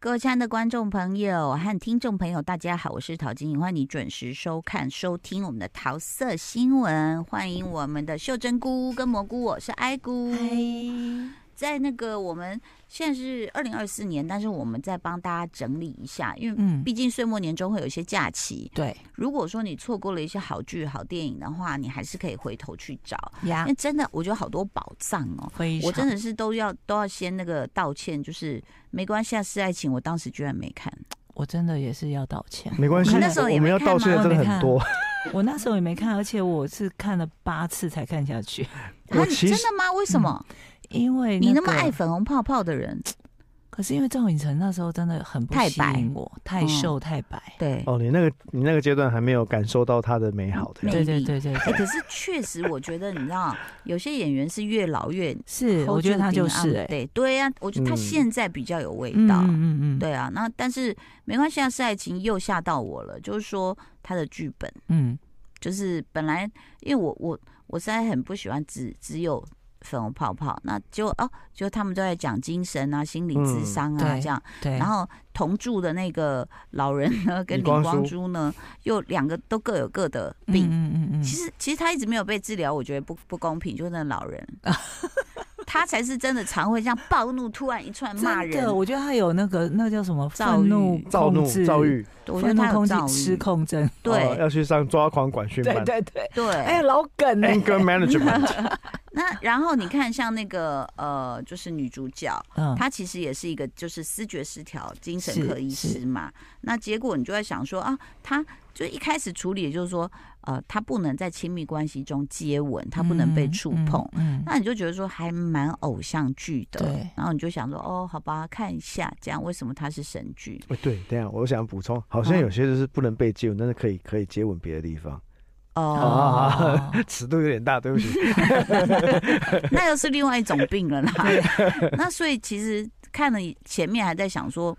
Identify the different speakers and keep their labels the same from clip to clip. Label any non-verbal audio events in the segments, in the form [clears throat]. Speaker 1: 各位亲爱的观众朋友和听众朋友，大家好，我是陶晶莹，欢迎你准时收看、收听我们的桃色新闻，欢迎我们的秀珍菇跟蘑菇，我是哀菇。在那个我们现在是二零二四年，但是我们再帮大家整理一下，因为
Speaker 2: 嗯
Speaker 1: 毕竟岁末年终会有一些假期。
Speaker 2: 对
Speaker 1: 如果说你错过了一些好剧、好电影的话，你还是可以回头去找，啊因
Speaker 2: 呀
Speaker 1: 为，真的我觉得好多宝藏哦。
Speaker 2: 非常
Speaker 1: 我真的是都要都要先那个道歉，就是没关系，啊，是爱情，我当时居然没看。
Speaker 2: 我真的也是要道歉。
Speaker 3: 没关系
Speaker 1: 你那时候，也
Speaker 3: 我们
Speaker 1: 没
Speaker 3: 要
Speaker 1: 看啊
Speaker 3: 道歉
Speaker 1: 吗
Speaker 3: 的真的
Speaker 2: 我没
Speaker 3: 很
Speaker 2: 看
Speaker 3: 多。
Speaker 2: 我那时候也没看，而且我是看了八次才看
Speaker 1: [laughs]
Speaker 2: 下去，
Speaker 3: 我
Speaker 1: 啊，你
Speaker 3: 其
Speaker 1: 真
Speaker 3: 实
Speaker 1: 的吗？为什么？
Speaker 2: 因为、
Speaker 1: 你
Speaker 2: 嗯那
Speaker 1: 那么
Speaker 2: 个
Speaker 1: 爱，粉红泡泡的人，
Speaker 2: 可是因为赵寅成那时候真的很不
Speaker 1: 太
Speaker 2: 吸
Speaker 1: 白
Speaker 2: 引我，太
Speaker 1: 嗯
Speaker 2: 瘦太白。
Speaker 1: 对，
Speaker 3: [laughs] 哦，你那个你那个阶段还没有感受到他的美好
Speaker 1: 没
Speaker 3: 的，
Speaker 2: 对对对对
Speaker 1: 哎，
Speaker 2: 对，
Speaker 1: 可是确实，我觉得你知道，有些演员是越老越
Speaker 2: 是，我
Speaker 1: hold
Speaker 2: 觉得
Speaker 1: 住
Speaker 2: 他
Speaker 1: 平
Speaker 2: 就是
Speaker 1: 安
Speaker 2: 哎、
Speaker 1: 对对呀，我觉得他
Speaker 3: 嗯
Speaker 1: 现在比较有味
Speaker 2: 嗯
Speaker 1: 道。
Speaker 2: 嗯嗯嗯，
Speaker 1: 啊对啊，那但是没关系啊，是爱情又吓到我了。就是说他的剧本，
Speaker 2: 嗯
Speaker 1: 就是本来因为我我我实在很不喜欢只只有粉红泡泡，那就哦，就他们都在讲精神啊、心理智
Speaker 3: 嗯
Speaker 1: 商啊、
Speaker 2: 对
Speaker 1: 这样。
Speaker 2: 对，
Speaker 1: 然后同住的那个老人呢，跟
Speaker 3: 李
Speaker 1: 李
Speaker 3: 光
Speaker 1: 光
Speaker 3: 洙
Speaker 1: 洙呢，又两个都各有各的
Speaker 2: 嗯
Speaker 1: 病。
Speaker 2: 嗯嗯嗯，
Speaker 1: 其实其实他一直没有被治疗，我觉得不不公平，就是那老人，
Speaker 2: [laughs]
Speaker 1: 他才是真的常会这样暴怒，突然一串骂
Speaker 2: 真
Speaker 1: 人
Speaker 2: 的，。我觉得他有那个那叫什么
Speaker 1: 躁
Speaker 2: 愤怒
Speaker 1: 郁
Speaker 3: 躁怒
Speaker 2: 控、制
Speaker 3: 躁，郁，
Speaker 1: 我觉得
Speaker 2: 愤怒
Speaker 1: 他有
Speaker 2: 控制
Speaker 1: 躁
Speaker 2: 失
Speaker 1: 郁，
Speaker 2: 控症。
Speaker 3: 哦
Speaker 1: 对
Speaker 3: 要去上抓狂管训
Speaker 2: 对
Speaker 3: 班
Speaker 2: 对对，哎、
Speaker 1: 对。
Speaker 2: 老梗哎、
Speaker 3: ，anger
Speaker 1: [laughs]
Speaker 3: management，
Speaker 1: 那然后你看，像那个呃，就是女主角，
Speaker 2: 嗯，
Speaker 1: 她其实也是一个就是思觉失调精神
Speaker 2: 是
Speaker 1: 科医师
Speaker 2: 是
Speaker 1: 嘛。那结果你就在想说啊，她就一开始处理就是说，呃，她不能在亲密关系中接吻，她不能被
Speaker 2: 嗯
Speaker 1: 触碰。，
Speaker 2: 嗯嗯
Speaker 1: 那你就觉得说还蛮偶像剧的，
Speaker 2: 对
Speaker 1: 然后你就想说哦，好吧，看一下这样，为什么它是神剧？
Speaker 3: 哎对，等一下我想补充，好像
Speaker 1: 嗯
Speaker 3: 有些就是不能被接吻，但是可以可以接吻别的地方，
Speaker 1: 哦，
Speaker 3: 啊
Speaker 2: 哦，
Speaker 3: 尺度有点大，
Speaker 1: [laughs]
Speaker 3: 对不起，
Speaker 2: [laughs]
Speaker 1: 那又是另外一种病了啦。那所以其实看了前面还在想说，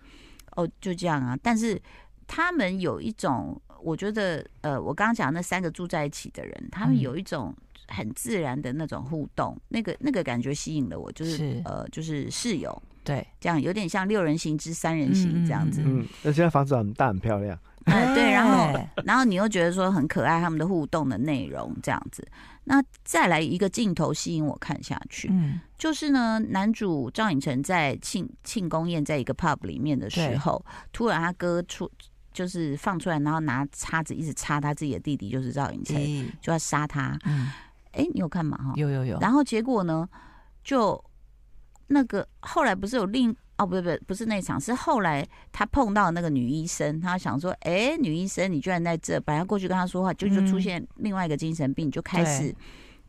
Speaker 1: 哦，就这样啊。但是他们有一种，我觉得呃，我刚刚讲那三个住在一起的人，他们
Speaker 2: 嗯
Speaker 1: 有一种很自然的那种互动，那个那个感觉吸引了我，就是
Speaker 2: [laughs] 是
Speaker 1: 呃，就是室友
Speaker 2: 对，
Speaker 1: 这样，有点像六人行之三人行这样子。
Speaker 2: 嗯
Speaker 3: 嗯，那现在房子很大很漂亮，
Speaker 1: 哎对然后
Speaker 2: 哎
Speaker 1: 然后你又觉得说很可爱，他们的互动的内容这样子。那再来一个镜头吸引我看下去，
Speaker 2: 嗯，
Speaker 1: 就是呢，男主赵寅成在庆庆功宴在一个 pub 里面的时
Speaker 2: 对
Speaker 1: 候，突然他哥出就是放出来，然后拿叉子一直插他自己的弟弟，就是赵寅成，
Speaker 2: 咦
Speaker 1: 就要杀他。
Speaker 2: 嗯，
Speaker 1: 哎，你有看吗？哈，
Speaker 2: 有有有，
Speaker 1: 然后结果呢，就那个后来不是有另哦，不是不是不是那场，是后来他碰到那个女医生，他想说，哎，女医生你居然在这，本来要过去跟他说话，就就
Speaker 2: 嗯
Speaker 1: 出现另外一个精神病，就开始
Speaker 2: 对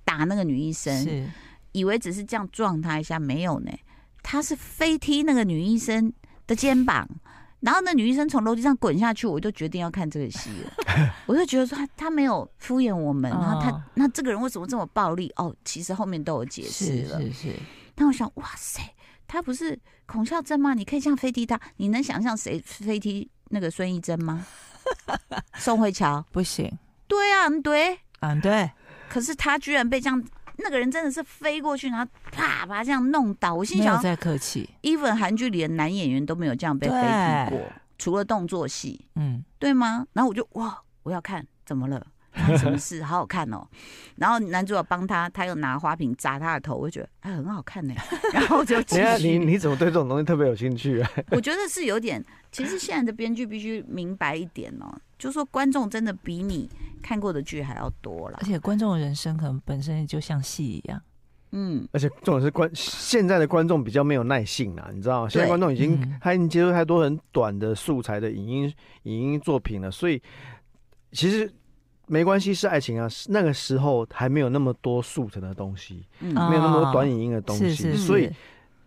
Speaker 1: 打那个女医生，
Speaker 2: 是
Speaker 1: 以为只是这样撞她一下，没有呢，他是飞踢那个女医生的肩膀。然后那女医生从楼梯上滚下去，我就决定要看这个戏了。
Speaker 2: [laughs]
Speaker 1: 我就觉得说他他没有敷衍我们，然后他
Speaker 2: 哦
Speaker 1: 那这个人为什么这么暴力？哦，其实后面都有解释
Speaker 2: 是
Speaker 1: 了。
Speaker 2: 是是，
Speaker 1: 那我想，哇塞，他不是孔孝真吗？你可以这样飞踢他，你能想象谁飞踢那个孙艺珍吗？
Speaker 2: [laughs]
Speaker 1: 宋慧乔？
Speaker 2: 不行，
Speaker 1: 对啊，嗯对。
Speaker 2: 嗯，对，
Speaker 1: 可是他居然被这样，那个人真的是飞过去，然后啪把他这样弄倒。我心
Speaker 2: 没有
Speaker 1: 想
Speaker 2: 在客气，
Speaker 1: ，even 韩剧里的男演员都没有这样被飞踢过，除了动作戏。
Speaker 2: 嗯，
Speaker 1: 对吗？然后我就哇，我要看怎么了，发生什么事，好好看哦。然后男主角帮他，他又拿花瓶砸他的头，我就觉得哎很好
Speaker 3: [laughs]
Speaker 1: 看呢。然后就继
Speaker 3: 等一下你
Speaker 1: 续，
Speaker 3: 你怎么对这种东西特别有兴趣啊？
Speaker 1: 我觉得是有点，其实现在的编剧必须明白一点哦，就说观众真的比你看过的剧还要多啦
Speaker 2: 而。且观众的人生可能本身就像戏一样，
Speaker 1: 嗯，
Speaker 3: 而且重点是观现在的观众比较没有耐性啊，你知道吗？现在观众已经
Speaker 2: 嗯
Speaker 3: 他已经接受太多很短的素材的影音影音作品了，所以其实没关系，是爱情啊。是那个时候还没有那么多速成的东西，
Speaker 1: 嗯
Speaker 2: 啊
Speaker 3: 没有那么多短影音的东西，
Speaker 2: 是哦是，
Speaker 3: 所以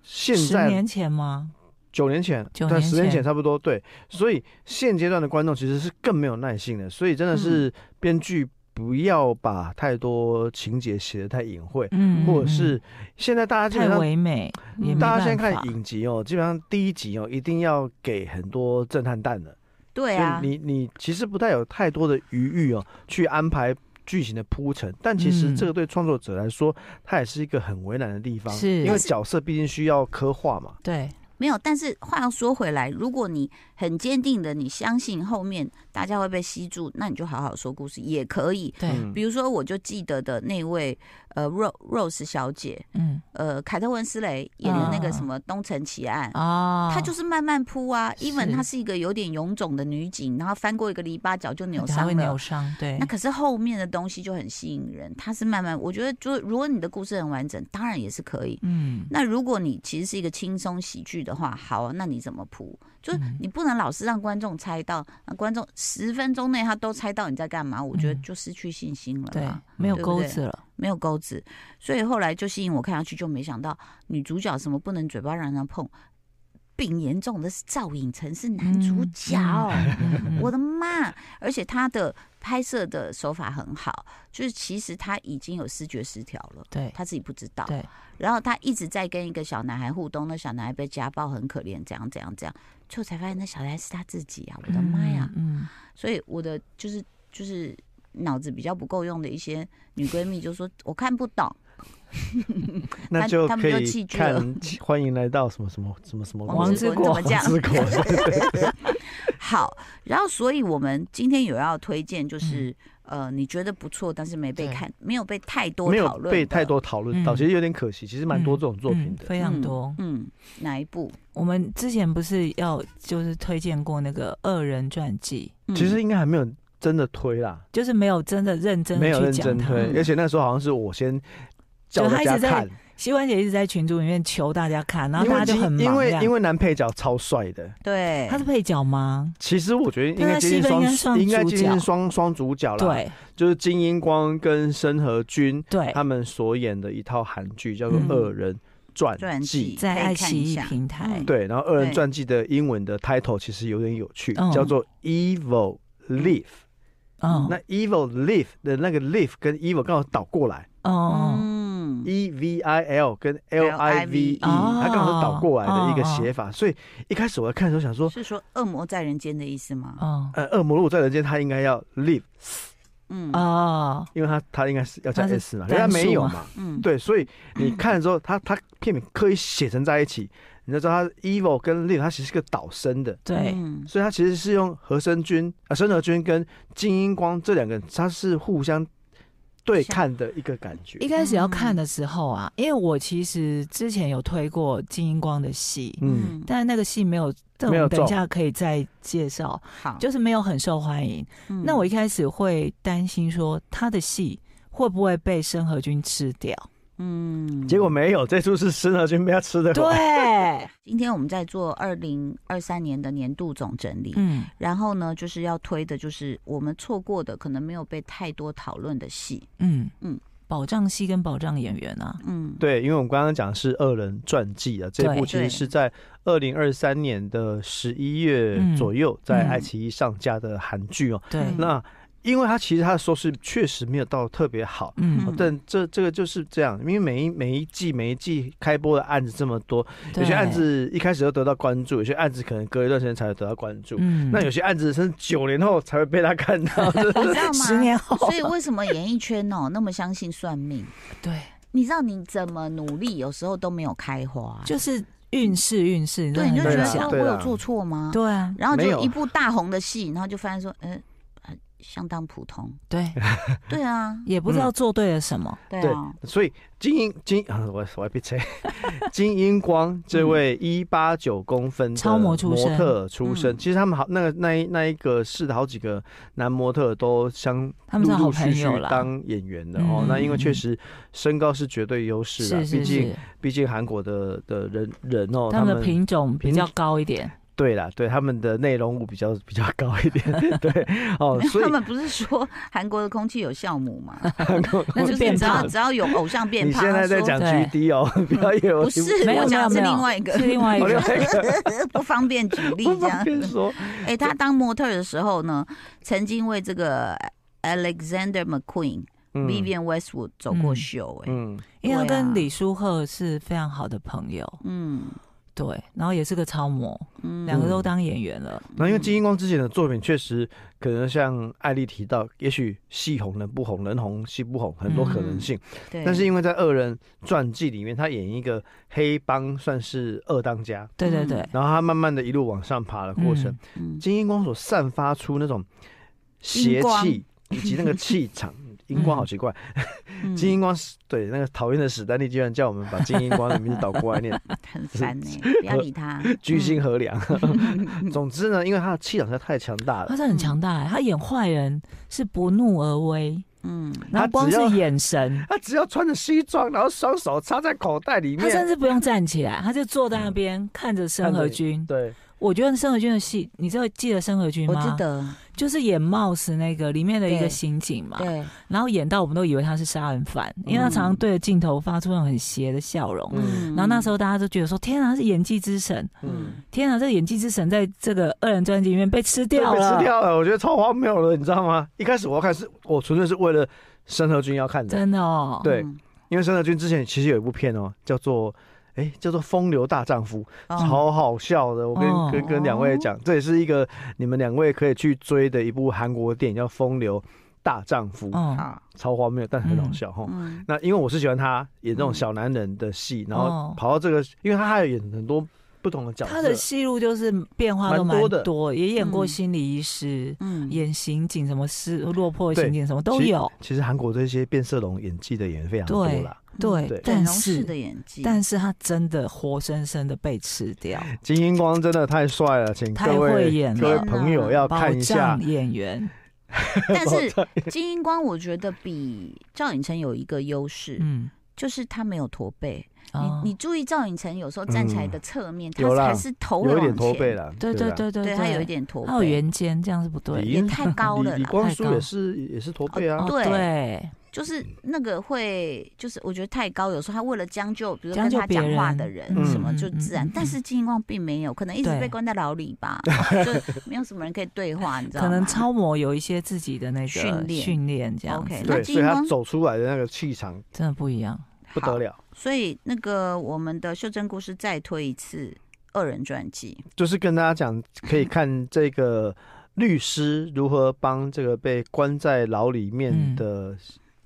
Speaker 2: 是
Speaker 3: 现
Speaker 2: 十
Speaker 3: 在
Speaker 2: 年前吗？
Speaker 3: 九年前，
Speaker 2: 九
Speaker 3: 对，
Speaker 2: 年
Speaker 3: 十年前
Speaker 2: 前
Speaker 3: 差不多对，所以现阶段的观众其实是更没有耐性的，所以真的
Speaker 2: 嗯
Speaker 3: 是编剧不要把太多情节写的太隐晦。
Speaker 2: 嗯，
Speaker 3: 或者
Speaker 2: 嗯
Speaker 3: 是现在大家基本
Speaker 2: 太
Speaker 3: 上
Speaker 2: 唯美，
Speaker 1: 嗯
Speaker 2: 也没
Speaker 3: 大家
Speaker 2: 办
Speaker 3: 现在看
Speaker 2: 法
Speaker 3: 影集哦，基本上第一集哦，一定要给很多震撼弹的，
Speaker 1: 对
Speaker 3: 所以
Speaker 1: 啊，
Speaker 3: 你你其实不太有太多的余裕哦，去安排剧情的铺陈。但其实
Speaker 2: 嗯
Speaker 3: 这个对创作者来说，它也是一个很为难的地方，
Speaker 2: 是
Speaker 3: 因为
Speaker 1: 但是
Speaker 3: 角色毕竟需要刻画嘛。
Speaker 2: 对，
Speaker 1: 没有，但是话又说回来，如果你很坚定的，你相信后面大家会被吸住，那你就好好说故事也可以。
Speaker 2: 对，
Speaker 3: 嗯
Speaker 1: 比如说，我就记得的那位呃，Rose Rose 小姐，
Speaker 2: 嗯
Speaker 1: 呃，凯特温斯雷演的那个什么《东城奇案》
Speaker 2: 哦，
Speaker 1: 她就是慢慢扑啊
Speaker 2: 是
Speaker 1: ，even 她是一个有点臃肿的女警，然后翻过一个篱笆角就扭
Speaker 2: 还会
Speaker 1: 伤
Speaker 2: 扭
Speaker 1: 了。
Speaker 2: 伤，对
Speaker 1: 那，可是后面的东西就很吸引人，它是慢慢，我觉得就如果你的故事很完整，当然也是可以。
Speaker 2: 嗯，
Speaker 1: 那如果你其实是一个轻松喜剧的话，好、啊，那你怎么铺？就是
Speaker 2: 嗯
Speaker 1: 你不能老是让观众猜到，那观众十分钟内他都猜到你在干嘛，我觉得
Speaker 2: 嗯
Speaker 1: 就失去信心了
Speaker 2: 对
Speaker 1: 啦，，
Speaker 2: 没有
Speaker 1: 对不
Speaker 2: 钩
Speaker 1: 对
Speaker 2: 子
Speaker 1: [laughs]
Speaker 2: 了，
Speaker 1: 没有钩子。所以后来就吸引我看下去，就没想到女主角什么不能嘴巴让人家碰，病严重的是赵寅成是男主
Speaker 2: 嗯
Speaker 1: 角。
Speaker 2: 嗯
Speaker 1: 我的妈！而且他的拍摄的手法很好，就是其实他已经有视觉失调了，
Speaker 2: 对
Speaker 1: 他自己不知道。
Speaker 2: 对，
Speaker 1: 然后他一直在跟一个小男孩互动，那小男孩被家暴，很可怜，怎样怎样怎样，最后才发现那小男孩是他自己 [laughs] 啊！我的妈呀！
Speaker 2: 嗯，
Speaker 1: 所以我的就是就是脑子比较不够用的一些女闺蜜就说我看不懂，
Speaker 3: 那就
Speaker 1: 他们
Speaker 3: 可
Speaker 1: 就
Speaker 3: 以
Speaker 1: 弃剧
Speaker 3: 看
Speaker 1: 了
Speaker 3: [laughs] 欢迎来到什么什么什么什么
Speaker 2: 王之
Speaker 1: 国
Speaker 3: 王之国
Speaker 1: [laughs] 好，然后所以我们今天有要推荐就是、呃你觉得不错，但是没被
Speaker 2: 对
Speaker 1: 看，没有被太多
Speaker 3: [laughs] 嗯没
Speaker 1: 讨
Speaker 3: 有
Speaker 1: 论，
Speaker 3: 被太。多讨论到，
Speaker 2: 嗯
Speaker 3: 其实有点可惜。其实蛮多这种作品
Speaker 2: 嗯
Speaker 3: 的，
Speaker 2: 非常多。
Speaker 1: 嗯，嗯，哪一部？
Speaker 2: 我们之前不是要就是推荐过那个二人传记，
Speaker 1: 嗯
Speaker 3: 其实应该还没有真的推啦，
Speaker 2: 就是没有真的认真
Speaker 3: 没
Speaker 2: 的
Speaker 3: 有认
Speaker 2: 去
Speaker 3: 真
Speaker 2: 讲它。
Speaker 3: 推，而且那时候好像是我先叫
Speaker 2: 就他
Speaker 3: 大
Speaker 2: 一
Speaker 3: 家
Speaker 2: 直在
Speaker 3: 看，
Speaker 2: 膝关节一直在群组里面求大家看，然后
Speaker 3: 因为
Speaker 2: 大家就
Speaker 3: 其
Speaker 2: 很忙
Speaker 3: 因为
Speaker 2: 这样
Speaker 3: 因为男配角超帅的，
Speaker 1: 对，
Speaker 2: 他是配角吗？
Speaker 3: 其实我觉得应
Speaker 2: 对
Speaker 3: 该
Speaker 2: 啊
Speaker 3: 接
Speaker 2: 戏
Speaker 3: 近
Speaker 2: 份应该
Speaker 3: 双，
Speaker 2: 算
Speaker 3: 应该
Speaker 2: 主
Speaker 3: 接近
Speaker 2: 角
Speaker 3: 双双主角啦。，
Speaker 2: 对
Speaker 3: 就是金英光跟申河君
Speaker 2: 对，
Speaker 3: 他们所演的一套韩剧，叫做
Speaker 2: 嗯
Speaker 3: 《恶人传
Speaker 1: 传
Speaker 3: 记》
Speaker 1: 记。
Speaker 2: 在
Speaker 1: 可以
Speaker 2: 爱
Speaker 1: 看
Speaker 2: 奇
Speaker 1: 一
Speaker 2: 艺
Speaker 1: 下
Speaker 2: 平台
Speaker 1: 嗯。
Speaker 3: 对，然后《恶人
Speaker 1: 对
Speaker 3: 传记》的英文的 title 其实有点有趣，
Speaker 2: 嗯
Speaker 3: 叫做 Evil Leaf。
Speaker 2: 嗯，
Speaker 3: 那 Evil Leaf 的那个 Leaf 跟 Evil 刚好倒过来
Speaker 2: 哦
Speaker 1: 嗯，
Speaker 3: ，E V I L 跟 L I V E，哦
Speaker 1: 哦
Speaker 3: 它刚好是倒过来的一个写法。所以一开始我在看的时候想说，
Speaker 1: 是说恶魔在人间的意思吗？
Speaker 2: 哦
Speaker 3: 呃，恶魔如果在人间，它应该要 Leaf，
Speaker 1: 嗯
Speaker 2: 哦，
Speaker 3: 因为它它应该是要加
Speaker 2: 它是
Speaker 3: S 嘛，人家没有
Speaker 2: 单
Speaker 3: 嘛。
Speaker 1: 嗯，
Speaker 3: 对，所以你看的时候，它它片名刻意写成在一起，你就知道它 Evil 跟 Leaf 它其实是个倒生的。
Speaker 2: 对，
Speaker 1: 嗯
Speaker 3: 所以他其实是用和生君啊、申和君跟金英光这两个人，他是互相对看的一个感觉。
Speaker 2: 一开始要看的时候啊，因为我其实之前有推过金英光的戏，
Speaker 3: 嗯，
Speaker 1: 嗯，
Speaker 2: 但那个戏没有，这我
Speaker 3: 没有
Speaker 2: 们
Speaker 3: 中
Speaker 2: 等一下可以再介绍，
Speaker 1: 好，
Speaker 2: 就是没有很受欢迎。
Speaker 1: 嗯
Speaker 2: 那我一开始会担心说他的戏会不会被申河君吃
Speaker 1: [laughs]
Speaker 2: 掉？
Speaker 1: 嗯，
Speaker 3: 结果没有，这出是申和君被他吃的。
Speaker 2: 对，
Speaker 1: 今天我们在做二零二三年的年度总整理，
Speaker 2: 嗯，
Speaker 1: 然后呢，就是要推的就是我们错过的，可能没有被太多讨论的戏，
Speaker 2: 嗯
Speaker 1: 嗯
Speaker 2: 嗯，保障戏跟保障演员啊，
Speaker 1: 嗯，
Speaker 3: 对，因为我们刚刚讲是《恶人传记》啊，这
Speaker 2: 对
Speaker 3: 部其
Speaker 1: 对
Speaker 3: 实是在二零二三年的十一月
Speaker 2: 嗯
Speaker 3: 左右在
Speaker 2: 嗯
Speaker 3: 爱奇艺上架的韩剧哦。
Speaker 2: 对，
Speaker 1: 嗯
Speaker 3: 那因为它其实它的收视确实没有到特别好，哦
Speaker 2: 嗯
Speaker 1: 嗯，
Speaker 3: 但这这个就是这样，因为每一每一季每一季开播的案子这么多，
Speaker 2: 对
Speaker 3: 有些案，子一开始就得到关注，有些案子可能隔一段时间才会得到关注。
Speaker 2: 嗯
Speaker 3: 那有些案子甚至九年后才会被他看
Speaker 2: [laughs]
Speaker 3: 到，真的
Speaker 1: 你知道
Speaker 2: 十
Speaker 1: 吗？
Speaker 2: 年后，
Speaker 1: 所以为什么演艺圈哦 [laughs] 那么相信算命？
Speaker 2: 对，
Speaker 3: 嗯
Speaker 1: 你知道你怎么努力，有时候都没有开花，
Speaker 2: 就是运势运势，你知道
Speaker 1: 对，你就觉
Speaker 2: 很
Speaker 1: 得
Speaker 2: 难
Speaker 1: 说哦
Speaker 2: 讲
Speaker 1: 我
Speaker 3: 对啦
Speaker 1: 有做错吗？
Speaker 2: 对啊，
Speaker 1: 然后
Speaker 3: 没
Speaker 1: 就
Speaker 3: 有
Speaker 1: 一部大红的戏，然后就发现说，呃，呃相当普通。
Speaker 2: 对，
Speaker 3: 嗯
Speaker 1: 对啊，
Speaker 2: 也不知道做对了什么，
Speaker 1: 对
Speaker 3: 对
Speaker 1: 啊，
Speaker 3: 所以金英金啊，我我还被吹金英光这位一八九公分的
Speaker 2: 超模出身
Speaker 3: 模特儿出身，
Speaker 1: 嗯
Speaker 3: 其实他们好那个那一那一个是的好几个男模特儿都相
Speaker 2: 他们
Speaker 3: 陆
Speaker 2: 是好
Speaker 3: 陆续
Speaker 2: 朋
Speaker 3: 续
Speaker 2: 友啦，
Speaker 3: 当演员的哦
Speaker 2: 嗯。
Speaker 3: 那因为确实身高是绝对优势啦，
Speaker 2: 是是
Speaker 3: 毕竟
Speaker 2: 是，
Speaker 3: 毕竟韩国的的人人哦，
Speaker 2: 他们的品种比较高一点，
Speaker 3: 对啦，对他们的内容物比较比较高一点，对哦，所以
Speaker 1: 他们不是说韩国的空气有酵母吗？
Speaker 2: 那
Speaker 1: 就是是
Speaker 2: 变
Speaker 1: 只要
Speaker 2: 胖
Speaker 1: 只要有偶像变
Speaker 3: 你
Speaker 1: 胖，
Speaker 3: 现在
Speaker 1: 他
Speaker 3: 在
Speaker 1: 说
Speaker 3: 讲
Speaker 2: 对
Speaker 3: GD 哦，不要以为我
Speaker 1: 不
Speaker 3: 听
Speaker 1: 是，
Speaker 2: 没有
Speaker 1: 我讲的是
Speaker 2: 没有没有
Speaker 1: 另外一个，
Speaker 2: 是另外一
Speaker 3: 哦另
Speaker 2: 个，
Speaker 3: 外一个
Speaker 1: [laughs] 不方便举
Speaker 3: [laughs]
Speaker 1: 例
Speaker 3: 不
Speaker 1: 这样
Speaker 3: 方。便说，
Speaker 1: 哎，他当模特儿的时候呢，曾经为这个 Alexander McQueen、
Speaker 3: 嗯
Speaker 1: Vivian Westwood 走过秀，哎，
Speaker 3: 嗯，
Speaker 2: [laughs] 因为他
Speaker 1: 对啊
Speaker 2: 跟李书赫是非常好的朋友，
Speaker 1: 嗯，
Speaker 2: 对，然后也是个超模，
Speaker 1: 嗯
Speaker 2: 两个都当演员了。
Speaker 3: 那因为金英光之前的作品确实可能像艾丽提到，也许戏红人不红，人红戏不红，很多可能性。
Speaker 1: 嗯对，
Speaker 3: 但是因为在二人传记里面，他演一个黑帮算是二当家，
Speaker 2: 对对对，
Speaker 3: 然后他慢慢的一路往上爬的过程，
Speaker 1: 嗯
Speaker 3: 金英光所散发出那种邪
Speaker 1: 荧光
Speaker 3: 气以及那个气
Speaker 1: [laughs]
Speaker 3: 场。荧光好奇怪，
Speaker 1: 嗯
Speaker 3: 金英光是对那个讨厌的史丹利居然叫我们把金英光的名字倒过
Speaker 1: [laughs]
Speaker 3: 来念，
Speaker 1: 很烦呢，不要理他。
Speaker 3: 居心何良？ [laughs] 总之呢，因为他的气场实在太强大了
Speaker 2: 他，是很强大、欸他演坏人是不怒而威，
Speaker 1: 嗯，
Speaker 2: 然后光
Speaker 3: 他只
Speaker 2: 是
Speaker 3: 要
Speaker 2: 眼神，
Speaker 3: 他只要穿着西装，然后双手插在口袋里
Speaker 2: 他甚
Speaker 3: 面，嗯
Speaker 2: 至不用站起来，他就坐在那边、看着申和君。
Speaker 3: 对，
Speaker 2: 我觉得申和君的戏，你知道记得申和君
Speaker 1: 我
Speaker 2: 吗？
Speaker 1: 记，得，
Speaker 2: 就是演 Mouse 那个里面的一
Speaker 1: 对
Speaker 2: 个刑警嘛，
Speaker 1: 对，嗯
Speaker 2: 然后演到我们都以为他是杀人犯，因为他常常对着镜头发出那种很邪的笑容。
Speaker 3: 嗯
Speaker 2: 然后那时候大家都觉得说：“天啊，他是演技之神！
Speaker 3: 嗯，
Speaker 2: 天啊，这个演技之神在这个二人专辑里面被吃掉
Speaker 3: 被
Speaker 2: 了。”
Speaker 3: 吃掉了，我觉得超荒谬了，你知道吗？一开始我要看是，我纯粹是为了申和君要看的，
Speaker 2: 真的哦。
Speaker 3: 对
Speaker 1: 嗯，
Speaker 3: 因为申和君之前其实有一部片哦，叫做。哎，叫做《风流大丈夫》，
Speaker 1: 哦，
Speaker 3: 超好笑的。我
Speaker 2: 哦
Speaker 3: 跟跟跟两位讲，这也是一个你们两位可以去追的一部韩国电影，叫《风流大丈夫》，
Speaker 2: 嗯，
Speaker 1: 好，
Speaker 3: 超荒谬，但很好笑哈。
Speaker 1: 嗯，
Speaker 3: 那因为我是喜欢他演这种
Speaker 1: 嗯
Speaker 3: 小男人的戏，然后
Speaker 2: 哦
Speaker 3: 跑到这个，因为他还有演很多不同的角色，
Speaker 2: 他的戏路就是变化都
Speaker 3: 蛮
Speaker 2: 蛮
Speaker 3: 多
Speaker 2: 多，
Speaker 3: 的
Speaker 2: 也演过
Speaker 1: 嗯
Speaker 2: 心理医师，
Speaker 1: 嗯，
Speaker 2: 演刑警，什么失落魄
Speaker 3: 对
Speaker 2: 刑警，什么都
Speaker 3: 其实
Speaker 2: 有。
Speaker 3: 其实韩国这些变色龙演技的演员非常多啦。
Speaker 2: 对
Speaker 3: 嗯对
Speaker 1: 整
Speaker 2: 但
Speaker 1: 容式
Speaker 2: 是
Speaker 1: 的演技，
Speaker 2: 但是他真的活生生的被吃掉，
Speaker 3: 金英光真的太帅了，请
Speaker 2: 太
Speaker 3: 各
Speaker 2: 会
Speaker 3: 位
Speaker 2: 演
Speaker 3: 各位
Speaker 2: 了，
Speaker 1: 天哪
Speaker 3: 朋友要
Speaker 2: 宝
Speaker 3: 看一下
Speaker 2: 藏。演员。 [laughs]
Speaker 1: 但是金英光我觉得比赵寅成有一个优势，
Speaker 2: 嗯，
Speaker 1: 就是他没有驼背。
Speaker 2: 哦嗯
Speaker 1: 你你注意赵寅成有时候站起来的侧面，
Speaker 3: 有
Speaker 1: 他
Speaker 3: 啦
Speaker 1: 还是头会
Speaker 3: 有一
Speaker 1: 往
Speaker 3: 点驼
Speaker 1: 前
Speaker 3: 背，了，
Speaker 2: 对
Speaker 3: 对啊
Speaker 2: 对对
Speaker 3: 啦，
Speaker 2: 对
Speaker 1: 对他有一，点驼
Speaker 2: 他有
Speaker 1: 背，
Speaker 2: 圆肩，这样是不对
Speaker 3: 李
Speaker 2: 的。
Speaker 1: 也太高
Speaker 3: 李
Speaker 1: 了
Speaker 3: 李
Speaker 1: 啦。
Speaker 3: 光
Speaker 2: 太
Speaker 3: 洙
Speaker 2: 高
Speaker 3: 也是也是驼背啊
Speaker 1: 哦，
Speaker 2: 哦对，
Speaker 1: 就是那个会，就是我觉得太高，有时候他为了将就，比如说
Speaker 2: 将
Speaker 1: 跟
Speaker 2: 就
Speaker 1: 他讲
Speaker 2: 别
Speaker 1: 话
Speaker 2: 人
Speaker 1: 的人
Speaker 3: 嗯
Speaker 1: 什么
Speaker 2: 嗯
Speaker 1: 就自然
Speaker 2: 嗯嗯，
Speaker 1: 但是金英光并没有，可能一直
Speaker 2: 对
Speaker 1: 被关在牢里
Speaker 2: [laughs]
Speaker 1: 吧，就是没有什么人可以对话，你知道吗？
Speaker 2: 可能超模有一些自己的那个
Speaker 1: 训练
Speaker 2: 训练这样
Speaker 1: OK，
Speaker 2: 子，
Speaker 1: 那
Speaker 3: 对，
Speaker 1: 金
Speaker 3: 所以他
Speaker 1: 光
Speaker 3: 走出来的那个气场
Speaker 2: 真的不一样。
Speaker 3: 不得了，
Speaker 1: 所以那个我们的袖珍故事再推一次二人传记，
Speaker 3: 就是跟大家讲，可以看这个律师如何帮这个被关在牢里面
Speaker 2: 嗯
Speaker 3: 的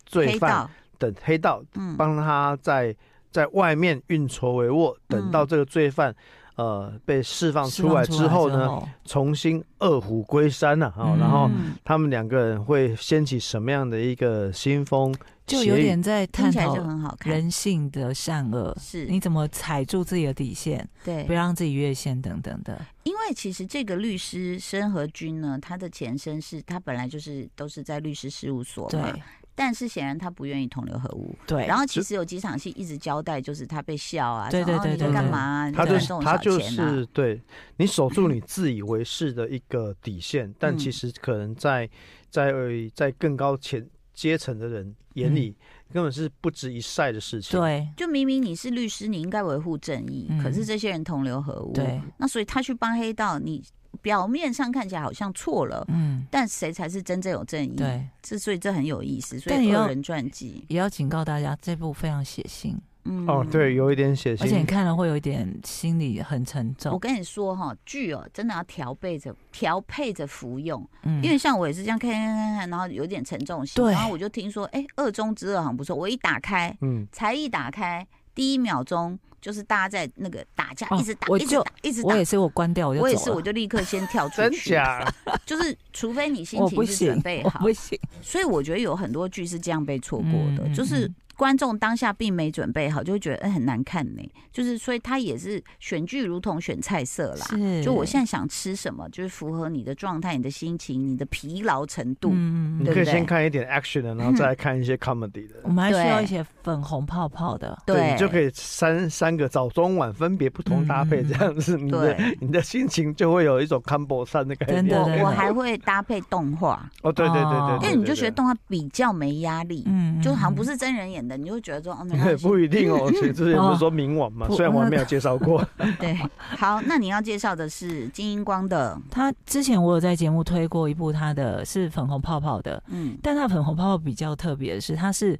Speaker 3: 罪
Speaker 1: 黑
Speaker 3: 犯
Speaker 1: 道，
Speaker 3: 等黑道
Speaker 1: 嗯，
Speaker 3: 帮他在在外面运筹帷幄，等到这个罪犯。呃，被释放
Speaker 2: 释
Speaker 3: 出来
Speaker 2: 放
Speaker 3: 之后
Speaker 2: 哦
Speaker 3: 呢，，重新二虎归山呐、啊，哦，然后
Speaker 1: 嗯
Speaker 3: 他们两个人会掀起什么样的一个新风？
Speaker 2: 就有点在
Speaker 1: 听
Speaker 2: 探
Speaker 1: 起来
Speaker 2: 讨
Speaker 1: 就很好看，
Speaker 2: 人性的善恶，
Speaker 1: 是
Speaker 2: 你怎么踩住自己的底线，
Speaker 1: 对
Speaker 2: 不，要让自己越线等等的。
Speaker 1: 因为其实这个律师申和君呢，他的前身是他本来就是都是在律师事务所嘛
Speaker 2: 对，
Speaker 1: 但是显然他不愿意同流合污。
Speaker 2: 对，
Speaker 1: 然
Speaker 2: 后
Speaker 1: 后其实有几场戏一直交代，就是他被笑啊，
Speaker 2: 对
Speaker 1: 说
Speaker 2: 对
Speaker 1: 哦
Speaker 2: 对
Speaker 1: 你在
Speaker 2: 对
Speaker 1: 干
Speaker 2: 对
Speaker 1: 嘛啊？你
Speaker 3: 他
Speaker 1: 在
Speaker 3: 就
Speaker 1: 赚这
Speaker 3: 是
Speaker 1: 种
Speaker 3: 他
Speaker 1: 小
Speaker 3: 就
Speaker 1: 钱啊
Speaker 3: 是对你守住你自以为是的一个底线，但
Speaker 1: 嗯
Speaker 3: 其实可能在在呃在更高前阶层的人眼里，根本是不值一晒的事情。
Speaker 2: 对
Speaker 1: 就明明你是律师，你应该维护正义，
Speaker 2: 嗯
Speaker 1: 可是这些人同流合污，
Speaker 2: 对，
Speaker 1: 那所以他去帮黑道，你表面上看起来好像错了，
Speaker 2: 嗯，
Speaker 1: 但谁才是真正有正义？，
Speaker 2: 对，
Speaker 1: 这所以这很有意思，所
Speaker 2: 但
Speaker 1: 以
Speaker 2: 也要
Speaker 1: 二人传记，
Speaker 2: 也要警告大家，这部非常血腥，
Speaker 1: 嗯
Speaker 3: 哦，对，。有一点血
Speaker 2: 而且你
Speaker 3: 腥。
Speaker 2: 看了会有一点心里很沉
Speaker 1: 我
Speaker 2: 重。
Speaker 1: 跟你说哈、剧哦，真的要调配着调配着服用，
Speaker 2: 嗯
Speaker 1: 因为像我也是这样看看看看，然后有点沉重型，
Speaker 2: 对
Speaker 1: 然后我就听说，哎，二中之二好像不错，我一打开，
Speaker 3: 嗯，
Speaker 1: 才一打开，第一秒钟就是大家在那个打架，
Speaker 2: 哦
Speaker 1: 一直打，
Speaker 2: 我
Speaker 1: 一直
Speaker 2: 就
Speaker 1: 打，一直打
Speaker 2: 我。也是，我关掉我就
Speaker 1: 我也
Speaker 2: 走
Speaker 1: 是，
Speaker 2: 了
Speaker 1: 我就立刻先跳出
Speaker 3: 真
Speaker 1: 去，
Speaker 3: 假？
Speaker 1: 就是除非你心
Speaker 2: 我不
Speaker 1: 情是
Speaker 2: 行
Speaker 1: 准备，
Speaker 2: 我
Speaker 1: 好
Speaker 2: 不，行，
Speaker 1: 所以我觉得有很多剧是这样被错过的，
Speaker 2: 嗯嗯
Speaker 1: 就是
Speaker 2: 嗯
Speaker 1: 观众当下并没准备好，就会觉得嗯很难看呢、就是所以他也是选剧如同选菜色啦，
Speaker 2: 是
Speaker 1: 就我现在想吃什么，就是符合你的状态、你的心情、你的疲劳程度。
Speaker 2: 嗯
Speaker 3: 你
Speaker 1: 对
Speaker 3: 可以
Speaker 1: 不对
Speaker 3: 先看一点 action
Speaker 1: [laughs]
Speaker 3: 的，然后再来看一些 comedy 的
Speaker 2: 我。们还需要
Speaker 1: 对
Speaker 2: 一些粉红泡泡的，
Speaker 1: 对，
Speaker 3: 你就可以三三个早中晚分别不同搭
Speaker 2: 嗯嗯
Speaker 3: 配，
Speaker 2: 嗯
Speaker 3: 这样子你的
Speaker 1: 对
Speaker 3: 你的心情就会有一种 combo 三的概
Speaker 2: 真
Speaker 3: 念
Speaker 2: 的。
Speaker 1: 我我还会搭配动画，
Speaker 3: 哦，对对对对
Speaker 2: 哦
Speaker 3: 对，
Speaker 1: 因为你就
Speaker 3: 对
Speaker 1: 觉得。动画比较没压力，
Speaker 2: 嗯，
Speaker 1: 就好像不
Speaker 2: 是
Speaker 1: 是真人演的，哦你就会觉得说哦没
Speaker 3: 对
Speaker 1: 关系
Speaker 3: [laughs] 不一
Speaker 1: [laughs]
Speaker 3: 定哦，其实之前不是说明网嘛，
Speaker 2: 不
Speaker 3: 虽然我还没有介绍过，
Speaker 1: 对。好，那你要介绍的是金英光的，
Speaker 2: 他之前我有在节目推过一部他的是粉红泡泡的，
Speaker 1: 嗯，
Speaker 2: 但它粉红泡泡比较特别的是，它是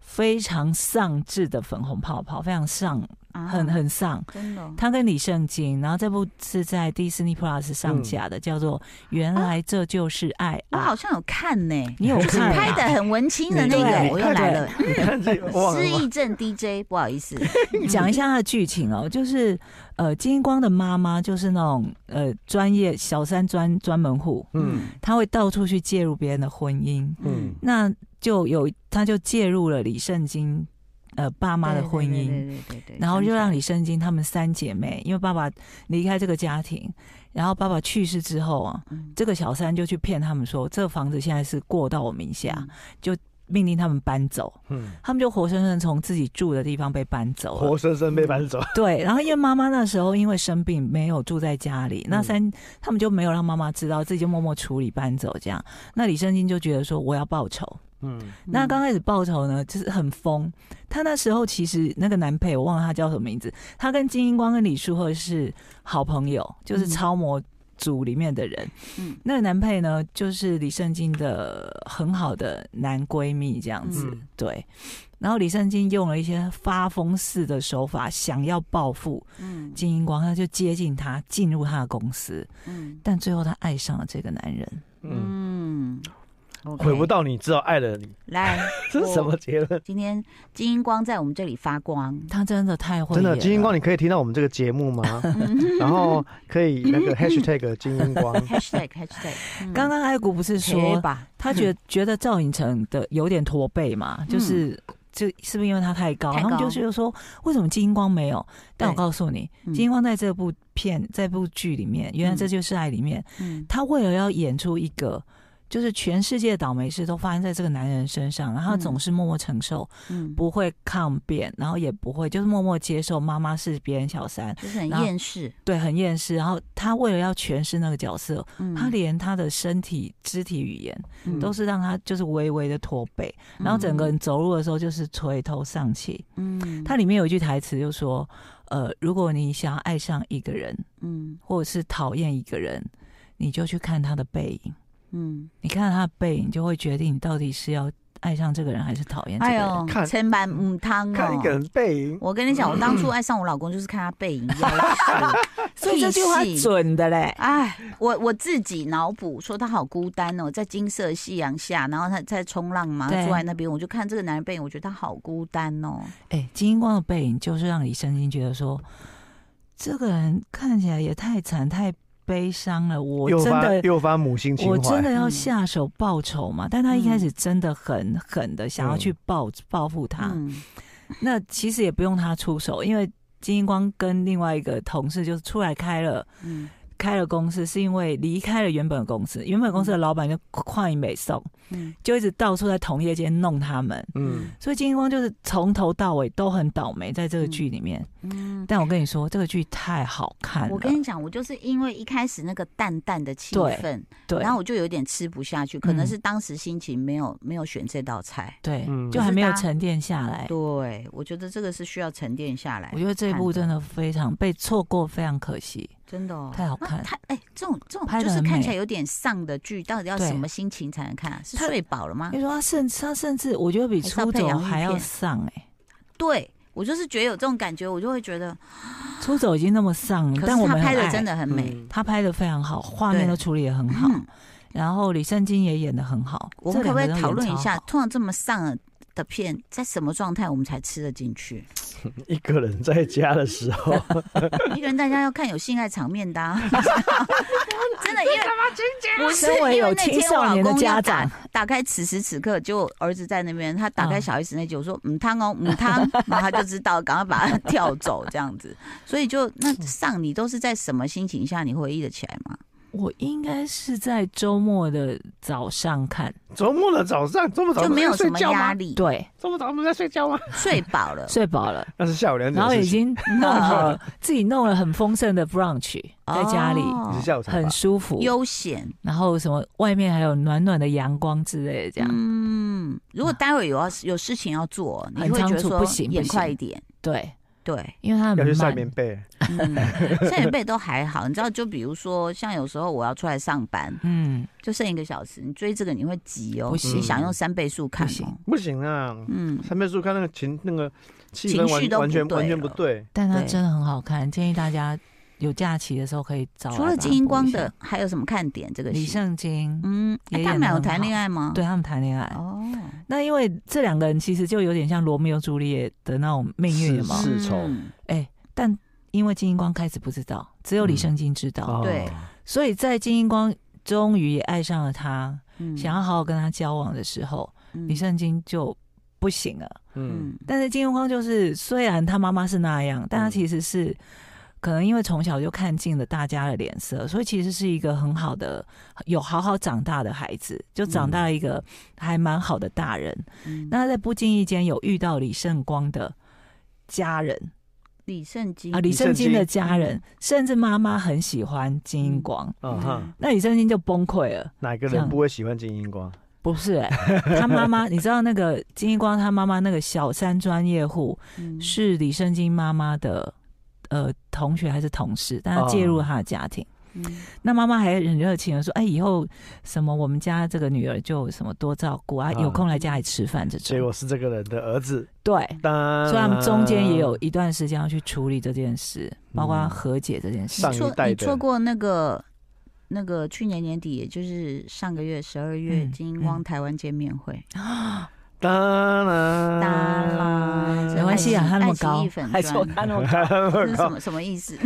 Speaker 2: 非常丧志的粉红泡泡，非常丧
Speaker 1: 啊
Speaker 2: 很很丧。
Speaker 1: 真的哦
Speaker 2: 他跟李圣经，然后这部是在 Disney Plus 上架的，叫做《原来这就是爱》
Speaker 1: 我
Speaker 2: 啊。
Speaker 1: 好像有看呢，
Speaker 2: 你有
Speaker 1: 就是
Speaker 2: 看啊
Speaker 1: 拍的很文青的那
Speaker 2: 你
Speaker 1: 个，
Speaker 2: 对
Speaker 1: 我又来了，
Speaker 3: 你看这个忘了
Speaker 1: 嗯失
Speaker 3: 吗
Speaker 1: 忆症 DJ，不好意思，
Speaker 2: 讲一下它的剧情哦，就是呃，金光的妈妈就是那种呃专业小三专专门户，
Speaker 3: 嗯
Speaker 2: 她会到处去介入别人的婚姻，
Speaker 3: 嗯
Speaker 2: 那就有她就介入了李圣经呃爸妈的婚姻，
Speaker 1: 对对对对，
Speaker 2: 然后就让
Speaker 1: 你
Speaker 2: 李圣经她们三姐妹，因为爸爸离开这个家庭，然后爸爸去世之后啊，
Speaker 1: 嗯
Speaker 2: 这个小三就去骗他们说，这房子现在是过到我名
Speaker 1: 嗯
Speaker 2: 下，命令他们搬走，
Speaker 3: 嗯，
Speaker 2: 他们就活生生从自己住的地方被搬走了。
Speaker 3: 活生生被搬走，
Speaker 2: 对，然后因为妈妈那时候因为生病没有住在家里，那三他们就没有让妈妈知道，自己就默默处理搬走这样。那李圣经就觉得说我要报仇，
Speaker 3: 嗯
Speaker 2: 那刚开始报仇呢就是很疯。他那时候其实那个男配我忘了他叫什么名字，他跟金英光跟李淑慧是好朋友，就是
Speaker 1: 嗯
Speaker 2: 超模组里面的人。
Speaker 1: 嗯
Speaker 2: 那个男配呢就是李圣经的很好的男闺蜜这样子。
Speaker 3: 嗯
Speaker 2: 对，然后李圣经用了一些发疯似的手法，想要报复
Speaker 1: 嗯
Speaker 2: 金英光，他就接近他，进入他的公司，
Speaker 1: 嗯
Speaker 2: 但最后他爱上了这个男人。
Speaker 3: 嗯，
Speaker 1: 嗯，
Speaker 3: 回不
Speaker 1: 到
Speaker 3: 到你知道爱的你，，
Speaker 1: 来
Speaker 3: 这是什么
Speaker 1: 我？
Speaker 3: 结论？
Speaker 1: 今天金英光在我们这里发光，
Speaker 2: 他真的太会
Speaker 3: 真的，
Speaker 2: 演啊
Speaker 3: 金英光，
Speaker 2: 了
Speaker 3: 你可以听到我们这个节目吗？然后可以那个 hashtag 金英光，
Speaker 1: #hashtag #hashtag
Speaker 2: 刚刚艾谷不是
Speaker 1: 学
Speaker 2: 说
Speaker 1: 嗯吧，嗯
Speaker 2: 他觉得觉得赵寅成的有点驼背嘛，就是。就是不是因为他太高，
Speaker 1: 太
Speaker 2: 他们
Speaker 1: 高
Speaker 2: 就觉得说，为什么金英光没有？但我
Speaker 1: 对
Speaker 2: 告诉你，
Speaker 1: 嗯
Speaker 2: 金英光在这部片、这部剧里面，原来
Speaker 1: 嗯
Speaker 2: 这就是爱里面，
Speaker 1: 嗯
Speaker 2: 他为了要演出一个，就是全世界倒霉事都发生在这个男人身上，然后他
Speaker 1: 嗯
Speaker 2: 总是默默承受，
Speaker 1: 嗯，
Speaker 2: 不会抗辩，然后也不会就是默默接受妈妈是别人小三，
Speaker 1: 就是很
Speaker 2: 然后
Speaker 1: 厌世，
Speaker 2: 对，很厌世。然后他为了要诠释那个角色，
Speaker 1: 嗯
Speaker 2: 他连他的身体、肢体语言
Speaker 1: 嗯
Speaker 2: 都是让他就是微微的驼背，然后整个人走路的时候就是垂头丧气。
Speaker 1: 嗯
Speaker 2: 它里面有一句台词就说：“呃，如果你想要爱上一个人，
Speaker 1: 嗯
Speaker 2: 或者是讨厌一个人，你就去看他的背影。”
Speaker 1: 嗯，
Speaker 2: 你看他的背影，就会决定你到底是要爱上这个人还是讨厌这个
Speaker 1: 哎
Speaker 2: 人。
Speaker 1: 呦，
Speaker 3: 看
Speaker 1: 千万母汤
Speaker 3: 看一个
Speaker 1: 哦。
Speaker 3: 人背影，
Speaker 1: 我跟你讲，我
Speaker 2: [clears throat]
Speaker 1: 当初爱上我老公就是看他
Speaker 2: [laughs]
Speaker 1: 背影，要死
Speaker 2: 所以这句话
Speaker 1: 屁事
Speaker 2: 准的嘞。
Speaker 1: 哎，我我自己脑补说他好孤单哦，在金色夕阳下，然后他在冲浪嘛，
Speaker 2: 对
Speaker 1: 坐在那边，我就看这个男人背影，我觉得他好孤单哦。
Speaker 2: 哎，金英光的背影就是让李圣经觉得说，这个人看起来也太惨太悲伤了，我
Speaker 3: 诱
Speaker 2: 真
Speaker 3: 发
Speaker 2: 的。
Speaker 3: 诱发母性情
Speaker 2: 我真
Speaker 3: 怀，
Speaker 2: 的要
Speaker 1: 嗯
Speaker 2: 下手报仇嘛？但他一开
Speaker 1: 嗯
Speaker 2: 始真的很狠的想要
Speaker 3: 嗯
Speaker 2: 去报报复他，
Speaker 1: 嗯
Speaker 2: 那其实也不用他出手，因为金英光跟另外一个同事就是出来开了
Speaker 1: 嗯
Speaker 2: 开了公司，是因为离开了原本的公司，原本公司的老板就跨一美送，
Speaker 1: 嗯
Speaker 2: 就一直到处在同业间弄他们，
Speaker 3: 嗯，
Speaker 2: 所以金英光就是从头到尾都很倒霉在这个剧里面。
Speaker 1: 嗯，
Speaker 2: 但我跟你说，这个剧太好看了，
Speaker 1: 我跟你讲，我就是因为一开始那个淡淡的气
Speaker 2: 对
Speaker 1: 氛，
Speaker 2: 对
Speaker 1: 然后我就有点吃不下去，可能
Speaker 2: 嗯
Speaker 1: 是当时心情没有没有选这道菜。
Speaker 2: 对，
Speaker 3: 嗯
Speaker 2: 就还没有沉淀下来。
Speaker 1: 对，我觉得这个是需要沉淀下来
Speaker 2: 我。觉得这一部真的非常被错过，非常可惜，
Speaker 1: 真的哦，
Speaker 2: 太好看
Speaker 1: 那他哎、这种这种
Speaker 2: 拍得
Speaker 1: 就是
Speaker 2: 很
Speaker 1: 看
Speaker 2: 美
Speaker 1: 起来有点丧的剧，到底要
Speaker 2: 对
Speaker 1: 什么心情才能看、啊？是
Speaker 2: 他
Speaker 1: 睡饱了吗
Speaker 2: 因？为说他甚至他甚至我觉得比
Speaker 1: 还是要
Speaker 2: 出
Speaker 1: 配
Speaker 2: 走
Speaker 1: 洋芋
Speaker 2: 还要
Speaker 1: 片
Speaker 2: 丧哎、
Speaker 1: 对我就是觉得有这种感觉，我就会觉得，
Speaker 2: 出走已经那么丧了，
Speaker 1: 可
Speaker 2: 嗯但
Speaker 1: 是
Speaker 2: 我
Speaker 1: 他
Speaker 2: 们
Speaker 1: 拍的
Speaker 2: 很爱嗯
Speaker 1: 真的很美。
Speaker 2: 他拍的非常好，画面
Speaker 1: 对
Speaker 2: 都处理的很好，
Speaker 1: 嗯
Speaker 2: [clears throat] 然后李圣经也演的很好。
Speaker 1: 我们可不可以讨论一下，
Speaker 2: 这两个都演超好？
Speaker 1: 通常这么丧的片，在什么状态我们才吃得进
Speaker 2: [laughs]
Speaker 1: 去？
Speaker 3: 嗯一个人在家的时候，
Speaker 1: 一个人在家要看有性爱场面的、啊，
Speaker 2: [laughs]
Speaker 1: 真的，因为 [laughs] 不是
Speaker 2: 身为
Speaker 1: 因为
Speaker 2: 有
Speaker 1: 那
Speaker 2: 青
Speaker 1: 天我
Speaker 2: 少
Speaker 1: 老
Speaker 2: 年的
Speaker 1: 公要
Speaker 2: 家
Speaker 1: 打
Speaker 2: 长，
Speaker 1: 打开此时此刻，就儿子在那边，他打开
Speaker 2: 嗯
Speaker 1: 小 S 那集，我说嗯汤哦嗯汤，然后他就知道，赶快把
Speaker 2: [laughs]
Speaker 1: 他跳走这样子。所以就那
Speaker 2: 嗯
Speaker 1: 上你都是在什么心情下你回忆得起来吗？
Speaker 2: 我应该是在周末的早上看，
Speaker 3: [laughs] 周末的早上，周末早
Speaker 1: 就
Speaker 3: 上
Speaker 1: 没有
Speaker 3: 在
Speaker 1: 什
Speaker 3: 哦睡
Speaker 1: 么
Speaker 3: 觉
Speaker 1: 压
Speaker 3: 吗？
Speaker 1: 力，
Speaker 2: 对，
Speaker 3: 周末早上不是在睡觉吗？
Speaker 1: 睡饱了。
Speaker 2: [laughs] 睡饱了，
Speaker 3: 那是下午两点
Speaker 2: 然后
Speaker 3: 的
Speaker 2: 已
Speaker 3: 事情，
Speaker 2: 经弄好
Speaker 1: [laughs]
Speaker 2: 自己弄了很丰盛的 brunch，在家里
Speaker 1: 哦
Speaker 3: 你是下午才吧
Speaker 2: 很舒服，
Speaker 1: 悠闲，
Speaker 2: 然后什么外面还有暖暖的阳光之类的，这样
Speaker 1: 嗯，如果待会有要有事情要做，你
Speaker 2: 很
Speaker 1: 会
Speaker 2: 仓
Speaker 1: 觉得
Speaker 2: 促
Speaker 1: 说
Speaker 2: 不行不
Speaker 1: 演快
Speaker 2: 行
Speaker 1: 一点，
Speaker 2: 对，
Speaker 1: 对，嗯
Speaker 2: 因为他
Speaker 3: 要
Speaker 2: 很
Speaker 3: 去晒
Speaker 2: 慢，
Speaker 3: 棉被，
Speaker 1: 剩 [laughs] 一辈都还好，你知道，就比如说像有时候我要出来上班，
Speaker 2: 嗯，
Speaker 1: 就剩一个小时，你追这个你会急哦，
Speaker 2: 不
Speaker 1: 你
Speaker 2: 行
Speaker 1: 想用三倍速看
Speaker 2: 不
Speaker 1: 哦
Speaker 2: 行，
Speaker 3: 不行啊，
Speaker 1: 嗯，
Speaker 3: 三倍速看那个情那个气
Speaker 1: 情
Speaker 3: 氛
Speaker 1: 绪
Speaker 3: 完
Speaker 1: 都不
Speaker 3: 完全
Speaker 1: 对
Speaker 3: 完全不
Speaker 1: 了
Speaker 3: 对，
Speaker 2: 但它
Speaker 1: 对
Speaker 2: 真的很好看，建议大家有假期的时候可以找来
Speaker 1: 除
Speaker 2: 把
Speaker 1: 了
Speaker 2: 它
Speaker 1: 金英
Speaker 2: 补一
Speaker 1: 光
Speaker 2: 下
Speaker 1: 的，还有什么看点？这个
Speaker 2: 李
Speaker 1: 戏，
Speaker 2: 圣经，
Speaker 1: 嗯，哎
Speaker 2: 也
Speaker 1: 他们
Speaker 2: 演得
Speaker 1: 俩有
Speaker 2: 很
Speaker 1: 谈
Speaker 2: 好
Speaker 1: 恋爱吗？，
Speaker 2: 对他们谈恋爱。
Speaker 1: 哦，
Speaker 2: 那因为这两个人其实就有点像罗密欧朱丽叶的那种命运了嘛。
Speaker 3: 是世仇
Speaker 1: 嗯
Speaker 2: 哎，但因为金英光开始不知道，只有李
Speaker 3: 嗯
Speaker 2: 圣经知道，
Speaker 3: 哦
Speaker 1: 对
Speaker 2: 所以在金英光终于也爱上了他，
Speaker 1: 嗯
Speaker 2: 想要好好跟他交往的时候，李
Speaker 1: 你，
Speaker 2: 圣经就不行了。
Speaker 3: 嗯，
Speaker 2: 但是金英光就是，虽然他妈妈是那样，但他其实是。可能因为从小就看尽了大家的脸色，所以其实是一个很好的、有好好长大的孩子，就长大了一个还蛮好的大人。
Speaker 1: 嗯
Speaker 2: 那在不经意间有遇到李圣光的家人，
Speaker 1: 李嗯圣经
Speaker 2: 啊，李
Speaker 3: 圣
Speaker 2: 圣经
Speaker 3: 经
Speaker 2: 的家人，甚至妈妈很喜欢金英光，
Speaker 3: 啊哈，
Speaker 2: 那李圣经就崩溃了。
Speaker 3: 哪个
Speaker 2: 这
Speaker 3: 人
Speaker 2: 样
Speaker 3: 不会喜欢金英光？
Speaker 2: 不是、欸，他妈妈，你知道那个金英光他妈妈那个小三专业户
Speaker 1: 嗯
Speaker 2: 是李圣经妈妈的呃同学还是同事，但他介
Speaker 3: 哦
Speaker 2: 入了他的家庭。
Speaker 1: 嗯
Speaker 2: 那妈妈还很热情的说：“哎、以后什么我们家这个女儿就什么多照顾啊，
Speaker 3: 啊
Speaker 2: 有空来家里吃饭这
Speaker 3: 结
Speaker 2: 种。
Speaker 3: 果是这个人的儿子，”
Speaker 2: 对，
Speaker 3: 当
Speaker 2: 所以他们中间也有一段时间要去处理这件事，包括
Speaker 3: 嗯
Speaker 2: 和解这件事。
Speaker 3: 上
Speaker 1: 你
Speaker 3: 一
Speaker 1: 错
Speaker 3: 代
Speaker 1: 你
Speaker 3: 的
Speaker 1: 错过那个那个去年年底，也就是上个月十二月
Speaker 2: 嗯啊
Speaker 1: 金英光
Speaker 2: 嗯
Speaker 1: 台湾见面会，
Speaker 3: 当
Speaker 1: 当啦，
Speaker 3: 然，
Speaker 1: 这
Speaker 2: 没关系啊
Speaker 1: 爱奇
Speaker 2: 他那么
Speaker 1: 爱奇
Speaker 2: 高
Speaker 1: 艺粉
Speaker 2: 还说
Speaker 1: 专
Speaker 2: 他那
Speaker 3: 哦
Speaker 2: 么
Speaker 1: 这是什么什么意思？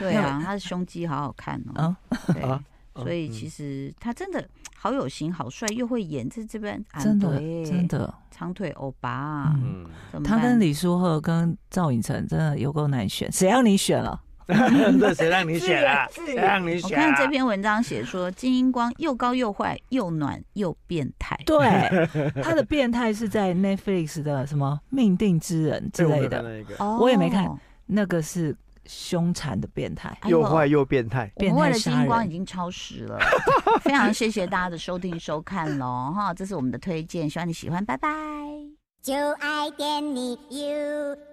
Speaker 1: 对啊，他的胸肌好好看哦。
Speaker 3: 啊
Speaker 2: 嗯
Speaker 1: 对，所以其实他真的好有型、好帅，又会演，这这边
Speaker 2: [laughs]
Speaker 1: 啊
Speaker 2: 真的
Speaker 1: 对
Speaker 2: 真的，
Speaker 1: 长腿欧巴啊，
Speaker 2: 嗯
Speaker 3: 嗯， [laughs]
Speaker 1: 怎么
Speaker 2: 他
Speaker 1: 办
Speaker 2: 跟李书赫跟赵寅成真的有够难选，谁让你选了？
Speaker 3: 嗯这谁让你选啊？谁让你
Speaker 1: 我
Speaker 3: 选
Speaker 1: 看
Speaker 3: 啊？
Speaker 1: 这篇文章写说，金英光又高又坏，又暖又变态。
Speaker 3: [laughs]
Speaker 2: 对，他的变态是在 Netflix 的什么《命定之人》之
Speaker 3: 对我没
Speaker 2: 类
Speaker 3: 有看
Speaker 2: 的，
Speaker 3: 到那个
Speaker 1: 哦
Speaker 2: [laughs] 我也没看那个是凶残的变态。
Speaker 1: 哎呦
Speaker 3: 又坏又变态，
Speaker 1: 我们为了
Speaker 2: 变态杀
Speaker 1: 金英光已
Speaker 2: 人
Speaker 1: 经超时
Speaker 2: [laughs]
Speaker 1: 了，非常谢谢大家的收听收看喽哈，这是我们的推荐，希望你喜欢，拜拜。
Speaker 4: 就爱点你 UFO。